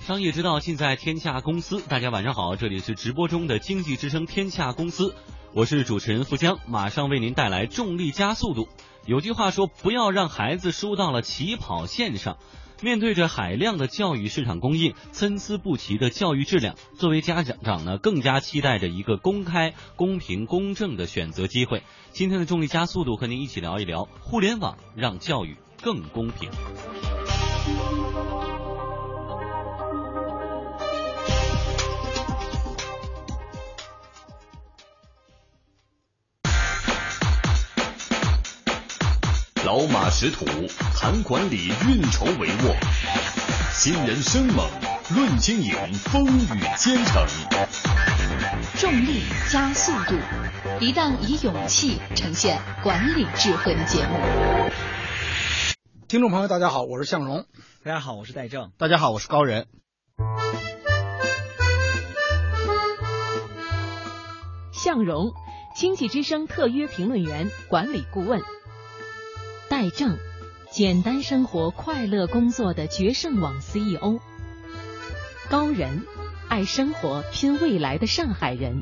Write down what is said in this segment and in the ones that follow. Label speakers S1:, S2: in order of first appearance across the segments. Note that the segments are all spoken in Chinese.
S1: 商业之道尽在天下公司。大家晚上好，这里是直播中的经济之声天下公司，我是主持人富江，马上为您带来重力加速度。有句话说，不要让孩子输到了起跑线上。面对着海量的教育市场供应、参差不齐的教育质量，作为家长长呢，更加期待着一个公开、公平、公正的选择机会。今天的重力加速度和您一起聊一聊，互联网让教育更公平。
S2: 老马识途，谈管理，运筹帷幄；新人生猛，论经营，风雨兼程。
S3: 重力加速度，一档以勇气呈现管理智慧的节目。
S4: 听众朋友，大家好，我是向荣。
S5: 大家好，我是戴正。
S6: 大家好，我是高人。
S3: 向荣，经济之声特约评论员、管理顾问。戴正，简单生活、快乐工作的决胜网 CEO。高人，爱生活、拼未来的上海人。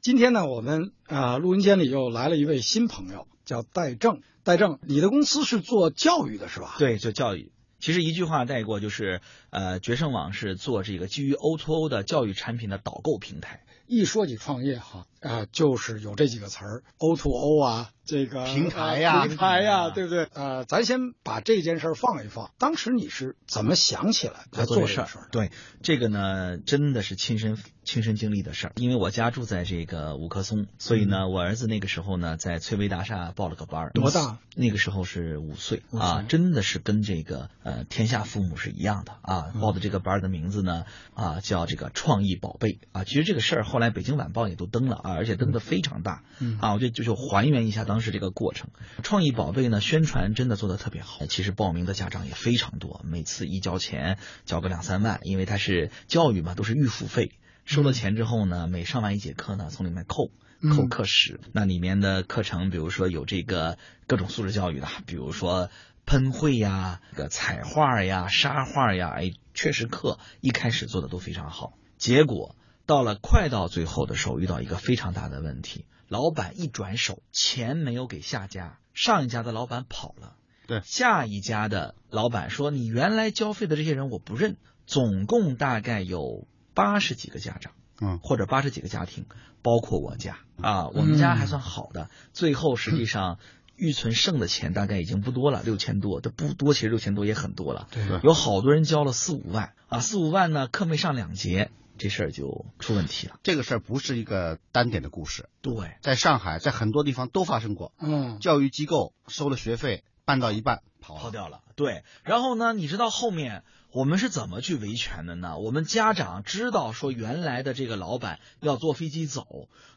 S4: 今天呢，我们啊、呃录音间里又来了一位新朋友，叫戴正。戴正，你的公司是做教育的是吧？
S5: 对，就教育。其实一句话带过，就是呃，决胜网是做这个基于 O2O 的教育产品的导购平台。
S4: 一说起创业哈啊、就是有这几个词儿，O to O 啊，这个
S6: 平台呀
S4: 呃平台呀、
S6: 平台呀
S4: 对不对？呃，咱先把这件事儿放一放，当时你是怎么想起来来
S5: 来
S4: 做
S5: 做
S4: 这
S5: 这
S4: 个
S5: 事
S4: 事
S5: 儿
S4: 儿。的？
S5: 对，这个呢，真的是亲身亲身经历的事儿。因为我家住在这个五棵松，所以呢，我儿子那个时候呢，在翠微大厦报了个班儿。
S4: 嗯多大？
S5: 那个时候是五岁
S4: 五岁
S5: 啊，真的是跟这个呃天下父母是一样的啊。
S4: 嗯
S5: 报的这个班儿的名字呢啊叫这个创意宝贝啊。其实这个事儿后来北京晚报也都登了啊，而且登的非常大。
S4: 嗯
S5: 啊，我就就就还原一下当时这个过程。创意宝贝呢，宣传真的做得特别好，其实报名的家长也非常多，每次一交钱交个两三万，因为它是教育嘛，都是预付费。收了钱之后呢，每上完一节课呢，从里面扣。扣
S4: 嗯
S5: 课时，那里面的课程，比如说有这个各种素质教育的，比如说喷绘呀、这个彩画呀、沙画呀，哎，确实课一开始做的都非常好，结果到了快到最后的时候，遇到一个非常大的问题，老板一转手，钱没有给下家，上一家的老板跑了，
S6: 对
S5: 下一家的老板说，你原来交费的这些人我不认，总共大概有八十几个家长。
S6: 嗯
S5: 或者八十几个家庭，包括我家啊，我们家还算好的。最后实际上预存剩的钱大概已经不多了，六千多，这不多，其实六千多也很多了。
S4: 对
S6: 对
S5: 有好多人交了四五万啊，四五万呢，课没上两节，这事儿就出问题了。
S6: 这个事儿不是一个单点的故事，
S5: 对，
S6: 在上海，在很多地方都发生过。
S4: 嗯，
S6: 教育机构收了学费，办到一半跑了
S5: 跑掉了。对，然后呢，你知道后面我们是怎么去维权的呢？我们家长知道说原来的这个老板要坐飞机走，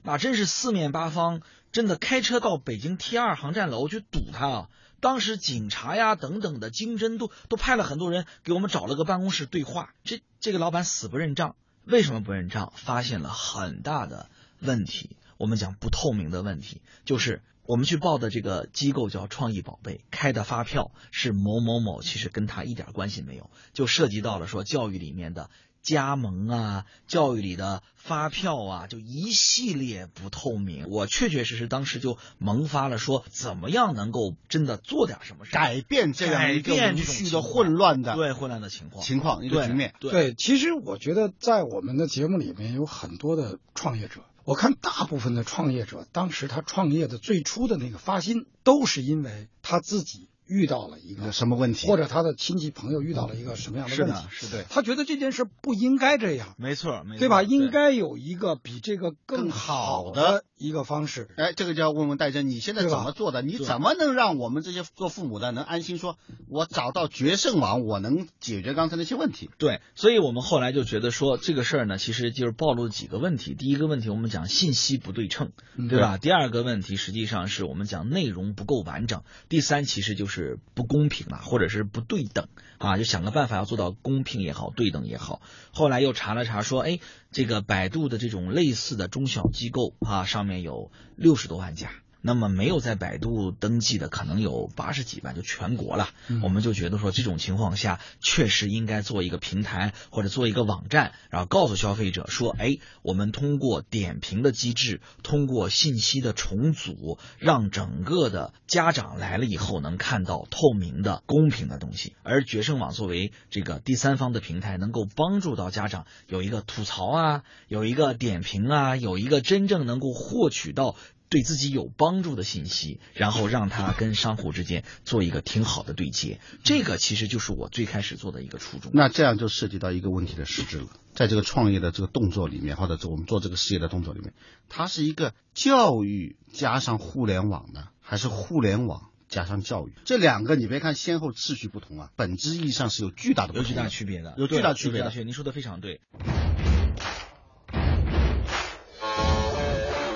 S5: 那真是四面八方，真的开车到北京 T 二航站楼去堵他啊。当时警察呀等等的经侦都都派了很多人给我们找了个办公室对话，这这个老板死不认账，为什么不认账？发现了很大的问题，我们讲不透明的问题，就是我们去报的这个机构叫创意宝贝，开的发票是某某某，其实跟他一点关系没有，就涉及到了说教育里面的。加盟啊，教育里的发票啊，就一系列不透明。我确确实实当时就萌发了说，怎么样能够真的做点什么事儿，
S6: 改变这样一个
S5: 改变
S6: 无
S5: 这种
S6: 序
S5: 情
S6: 的
S5: 况
S6: 混乱的
S5: 对混乱的情况
S6: 情况一个局面。
S5: 对
S4: 对，其实我觉得在我们的节目里面有很多的创业者，我看大部分的创业者，当时他创业的最初的那个发心，都是因为他自己遇到了一个
S6: 有什么问题？
S4: 或者他的亲戚朋友遇到了一个什么样的
S5: 是
S4: 问题
S5: 的，，是的，
S4: 他觉得这件事不应该这样，
S5: 没错，没错，
S4: 对吧？应该有一个比这个更好
S6: 更好
S4: 的
S6: 的
S4: 一个方式。
S6: 哎，这个就要问问戴珍，你现在
S4: 对
S6: 怎
S4: 吧
S6: 么做的？你怎么能让我们这些做父母的能安心说，我找到决胜网，我能解决刚才那些问题？
S5: 对，所以我们后来就觉得说这个事儿呢，其实就是暴露几个问题。第一个问题，我们讲信息不对称，
S4: 嗯
S5: 对吧？第二个问题，实际上是我们讲内容不够完整。第三，其实就是不公平啊，或者是不对等啊，就想个办法要做到公平也好，对等也好。后来又查了查，说，哎，这个百度的这种类似的中小机构啊，上面有六十多万家。那么没有在百度登记的可能有八十几万，就全国了。
S4: 嗯
S5: 我们就觉得说，这种情况下确实应该做一个平台或者做一个网站，然后告诉消费者说，哎，我们通过点评的机制，通过信息的重组，让整个的家长来了以后能看到透明的、公平的东西。而决胜网作为这个第三方的平台，能够帮助到家长有一个吐槽啊，有一个点评啊，有一个真正能够获取到。对自己有帮助的信息，然后让他跟商户之间做一个挺好的对接，这个其实就是我最开始做的一个初衷。
S6: 那这样就涉及到一个问题的实质了，在这个创业的这个动作里面，或者是我们做这个事业的动作里面，它是一个教育加上互联网的，还是互联网加上教育？这两个你别看先后次序不同啊，本质意义上是有巨大的不
S5: 有
S6: 同
S5: 巨
S6: 的
S5: 大区别的，
S6: 有巨
S5: 对
S6: 大区别的
S5: 有巨大。您说的非常对。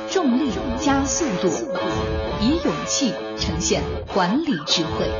S3: 重力加速度，以勇气呈现管理智慧。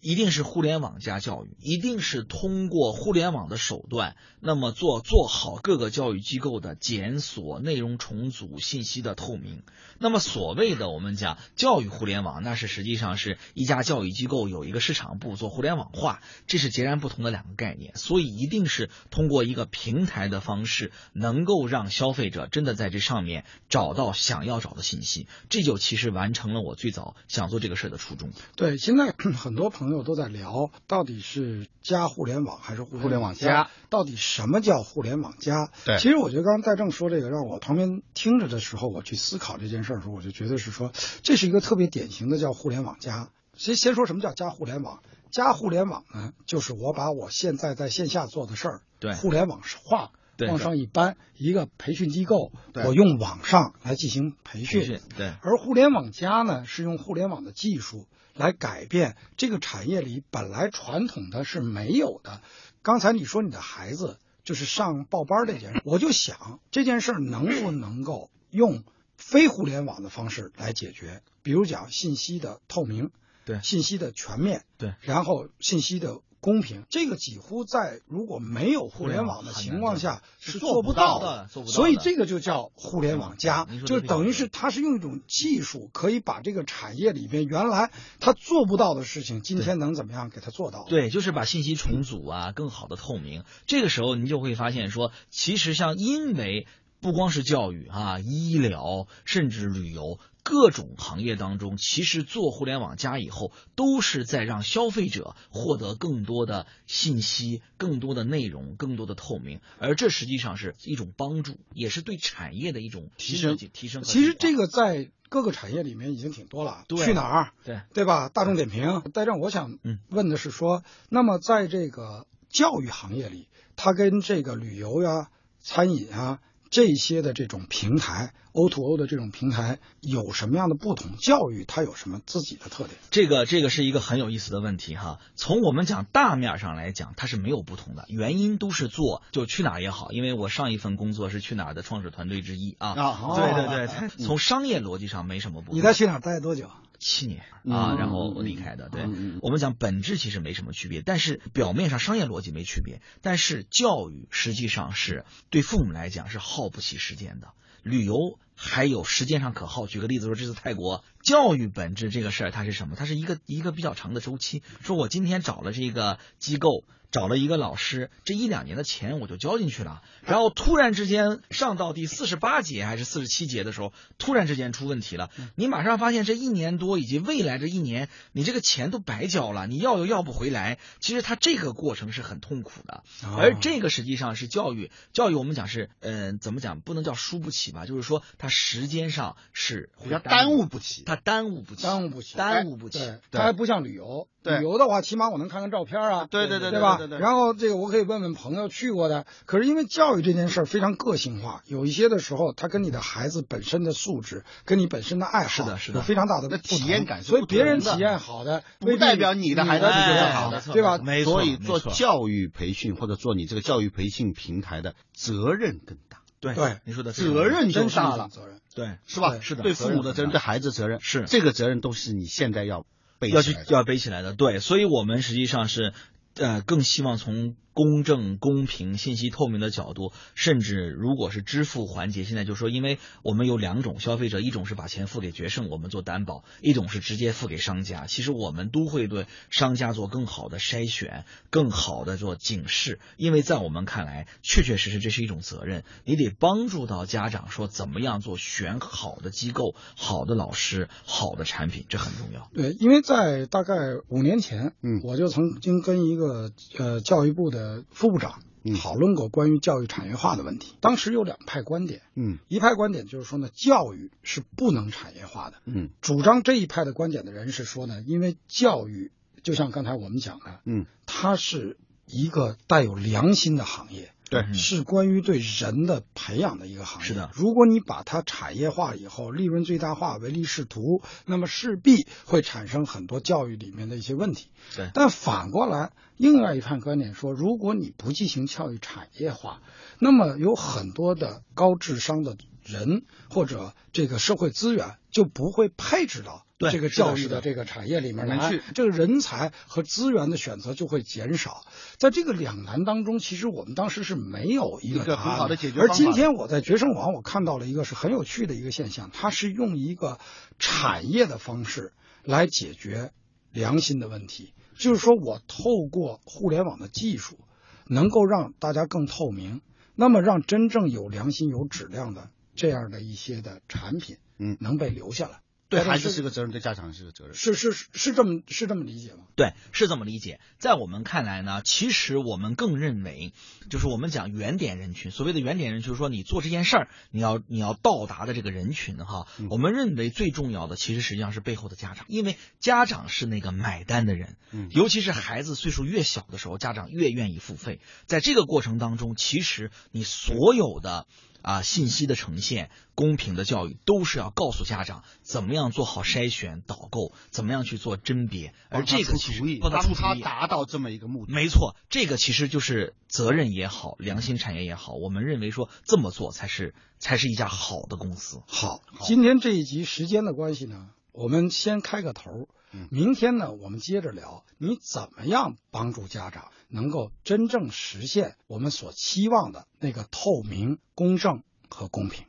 S5: 一定是互联网加教育，一定是通过互联网的手段，那么做做好各个教育机构的检索、内容重组、信息的透明。那么所谓的我们讲教育互联网，那是实际上是一家教育机构有一个市场部做互联网化，这是截然不同的两个概念。所以一定是通过一个平台的方式，能够让消费者真的在这上面找到想要找的信息，这就其实完成了我最早想做这个事儿的初衷。
S4: 对，现在 很多朋友都在聊，到底是加互联网还是互
S6: 互联
S4: 联
S6: 网
S4: 网
S6: 加
S4: 到底什么叫互联网加？
S6: 对
S4: 其实我觉得刚刚戴正说这个，让我旁边听着的时候，我去思考这件事儿的时候，我就觉得是说，这是一个特别典型的叫互联网加。先先说什么叫加互联网？加互联网呢，就是我把我现在在线下做的事儿，
S5: 对
S4: 互联网化。
S5: 对
S4: 往上一搬，一个培训机构，
S6: 对
S4: 我用网上来进行
S5: 培训对。
S4: 而互联网加呢，是用互联网的技术来改变这个产业里本来传统的是没有的。刚才你说你的孩子就是上报班这件事，我就想这件事儿能不能够用非互联网的方式来解决，比如讲信息的透明，
S5: 对
S4: 信息的全面，
S5: 对，
S4: 然后信息的。公平，这个几乎在如果没有互联网的情况下是做不到的，
S5: 做不到的嗯
S4: 所以这个就叫互联网加
S5: 您，说
S4: 就
S5: 的
S4: 是等于是它是用一种技术可以把这个产业里边原来它做不到的事情，今天能怎么样给它做到？，
S5: 对，就是把信息重组啊，更好的透明。这个时候您就会发现说，其实像因为不光是教育啊、医疗，甚至旅游。各种行业当中，其实做互联网加以后，都是在让消费者获得更多的信息、更多的内容、更多的透明，而这实际上是一种帮助，也是对产业的一种
S6: 提
S5: 新的
S6: 升
S5: 提提升和
S4: 其实
S5: 提
S4: 这
S5: 高
S4: 个在各个产业里面已经挺多了，
S5: 对
S4: 去哪儿？
S5: 对
S4: 对吧？大众点评，戴正，我想
S5: 嗯
S4: 问的是说，那么在这个教育行业里，它跟这个旅游呀、餐饮啊这些的这种平台 O to O 的这种平台有什么样的不同？教育它有什么自己的特点？
S5: 这个这个是一个很有意思的问题哈。从我们讲大面上来讲，它是没有不同的，原因都是做，就去哪儿也好。因为我上一份工作是去哪儿的创始团队之一啊。
S4: 哦
S6: 啊
S5: 对对对，它从商业逻辑上没什么不
S4: 嗯
S5: 同。
S4: 你在去哪儿待多久？
S5: 七年
S6: 嗯
S5: 啊，
S6: 嗯
S5: 然后
S6: 嗯
S5: 我
S6: 嗯
S5: 离开的。对
S6: 嗯嗯，
S5: 我们讲本质其实没什么区别，但是表面上商业逻辑没区别，但是教育实际上是对父母来讲是耗不起时间的。旅游还有时间上可耗。举个例子说，这次泰国教育本质这个事儿，它是什么？它是一个一个比较长的周期。说我今天找了这个机构，找了一个老师，这一两年的钱我就交进去了，然后突然之间上到第四十八节还是四十七节的时候，突然之间出问题了，你马上发现这一年多以及未来这一年，你这个钱都白交了，你要又要不回来。其实它这个过程是很痛苦的。
S4: 啊
S5: 而哎这个实际上是教育，教育我们讲是，嗯、怎么讲，不能叫输不起吧，就是说它时间上是
S6: 比
S5: 会
S6: 较
S5: 耽
S6: 耽误，不起。
S5: 它耽误不起，
S4: 耽误不起，哎
S5: 耽误不起。
S4: 对，
S6: 对
S4: 它还不像旅游，
S6: 对
S4: 旅游的话，起码我能看看照片啊，
S6: 对对对
S4: 对
S6: 吧
S4: 吧？？然后这个我可以问问朋友去过的，可是因为教育这件事儿非常个性化，有一些的时候，它跟你的孩子本身的素质、跟你本身的爱好
S5: 是的是的
S4: 有非常大的
S6: 那
S4: 不同
S6: 体验感是不
S4: 所以
S6: 同的
S4: 别人体验好的，
S6: 不
S4: 未必
S6: 代表你的孩子
S4: 你体
S5: 哎
S4: 验好
S5: 没
S4: 的，
S5: 错
S4: 对吧？
S5: 没错
S6: 所以做
S5: 没错
S6: 教育培训或者做你这个教育培训平台的责任更大，
S5: 对
S4: 对
S5: 你说的
S6: 责任就
S4: 真是一
S6: 大
S4: 种
S6: 了，
S4: 责任。
S5: 对，
S6: 是吧？
S4: 对
S5: 是的
S6: 对
S5: 责
S6: 父
S5: 任
S6: 母的
S5: 很
S6: 责任，
S5: 大
S6: 对孩子责任
S5: 是
S6: 这个责任都是你现在要背
S5: 要
S6: 起
S5: 去
S6: 来的
S5: 要背起来的，对，所以我们实际上是。呃，更希望从公正、公平、信息透明的角度，甚至如果是支付环节，现在就说，因为我们有两种消费者，一种是把钱付给决胜，我们做担保；一种是直接付给商家。其实我们都会对商家做更好的筛选，更好的做警示，因为在我们看来，确确实实这是一种责任，你得帮助到家长说怎么样做选好的机构、好的老师、好的产品，这很重要。
S4: 对，因为在大概五年前，
S6: 嗯
S4: 我就曾经跟一个呃教育部的副部长
S6: 嗯
S4: 讨论过关于教育产业化的问题。当时有两派观点，
S6: 嗯
S4: 一派观点就是说呢，教育是不能产业化的。
S6: 嗯
S4: 主张这一派的观点的人是说呢，因为教育就像刚才我们讲的，
S6: 嗯，
S4: 它是一个带有良心的行业，
S6: 对
S5: 嗯
S4: 是关于对人的培养的一个行业。
S5: 是的
S4: 如果你把它产业化以后，利润最大化、唯利是图，那么势必会产生很多教育里面的一些问题。
S5: 对
S4: 但反过来，另外一派观点说，如果你不进行教育产业化，那么有很多的高智商的人或者这个社会资源就不会配置到
S5: 对
S4: 这个
S5: 是的
S4: 教育
S5: 是
S4: 的
S5: 的
S4: 这个产业里面
S6: 我们
S4: 来
S6: 去，
S4: 这个人才和资源的选择就会减少。在这个两难当中，其实我们当时是没有一
S6: 一
S4: 个
S6: 个
S4: 答
S6: 很
S4: 案
S6: 好的解决
S4: 而
S6: 方
S4: 今
S6: 法
S4: 天我在决胜网，我看到了一个是很有趣的一个现象，它是用一个产业的方式来解决良心的问题，就是说我透过互联网的技术，能够让大家更透明，那么让真正有良心、有质量的这样的一些的产品，
S6: 嗯
S4: 能被留下来。
S6: 对
S4: 但
S6: 孩子
S4: 是
S6: 是个责任，对家长是个责任。
S4: 是是是是这么是这么理解吗？
S5: 对，是这么理解。在我们看来呢，其实我们更认为，就是我们讲原点人群。所谓的原点人群，就是说你做这件事儿，你要你要到达的这个人群哈。我们认为最重要的，其实实际上是背后的家长，因为家长是那个买单的人。
S6: 嗯
S5: 尤其是孩子岁数越小的时候，家长越愿意付费。在这个过程当中，其实你所有的啊信息的呈现、公平的教育，都是要告诉家长怎么样做好筛选、导购，怎么样去做甄别。而这个
S6: 帮他
S5: 其
S6: 出
S5: 实
S6: 主意，
S5: 帮他出
S6: 帮
S5: 主
S6: 他
S5: 意
S6: 达到这么一个目的。
S5: 没错，这个其实就是责任也好，良心产业也好，我们认为说这么做才是才是一家好的公司。
S4: 好，今天这一集时间的关系呢，我们先开个头儿
S6: 嗯。
S4: 明天呢，我们接着聊你怎么样帮助家长能够真正实现我们所期望的那个透明、公正和公平。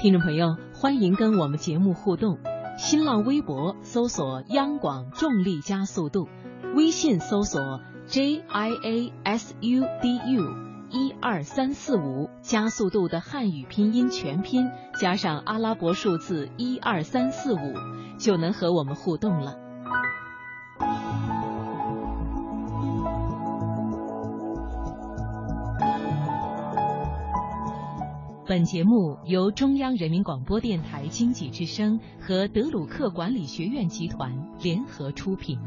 S3: 听众朋友，欢迎跟我们节目互动。新浪微博搜索“央广重力加速度”，微信搜索 “jIASUDU 一二三四五”，加速度的汉语拼音全拼加上阿拉伯数字一二三四五，就能和我们互动了。本节目由中央人民广播电台经济之声和德鲁克管理学院集团联合出品。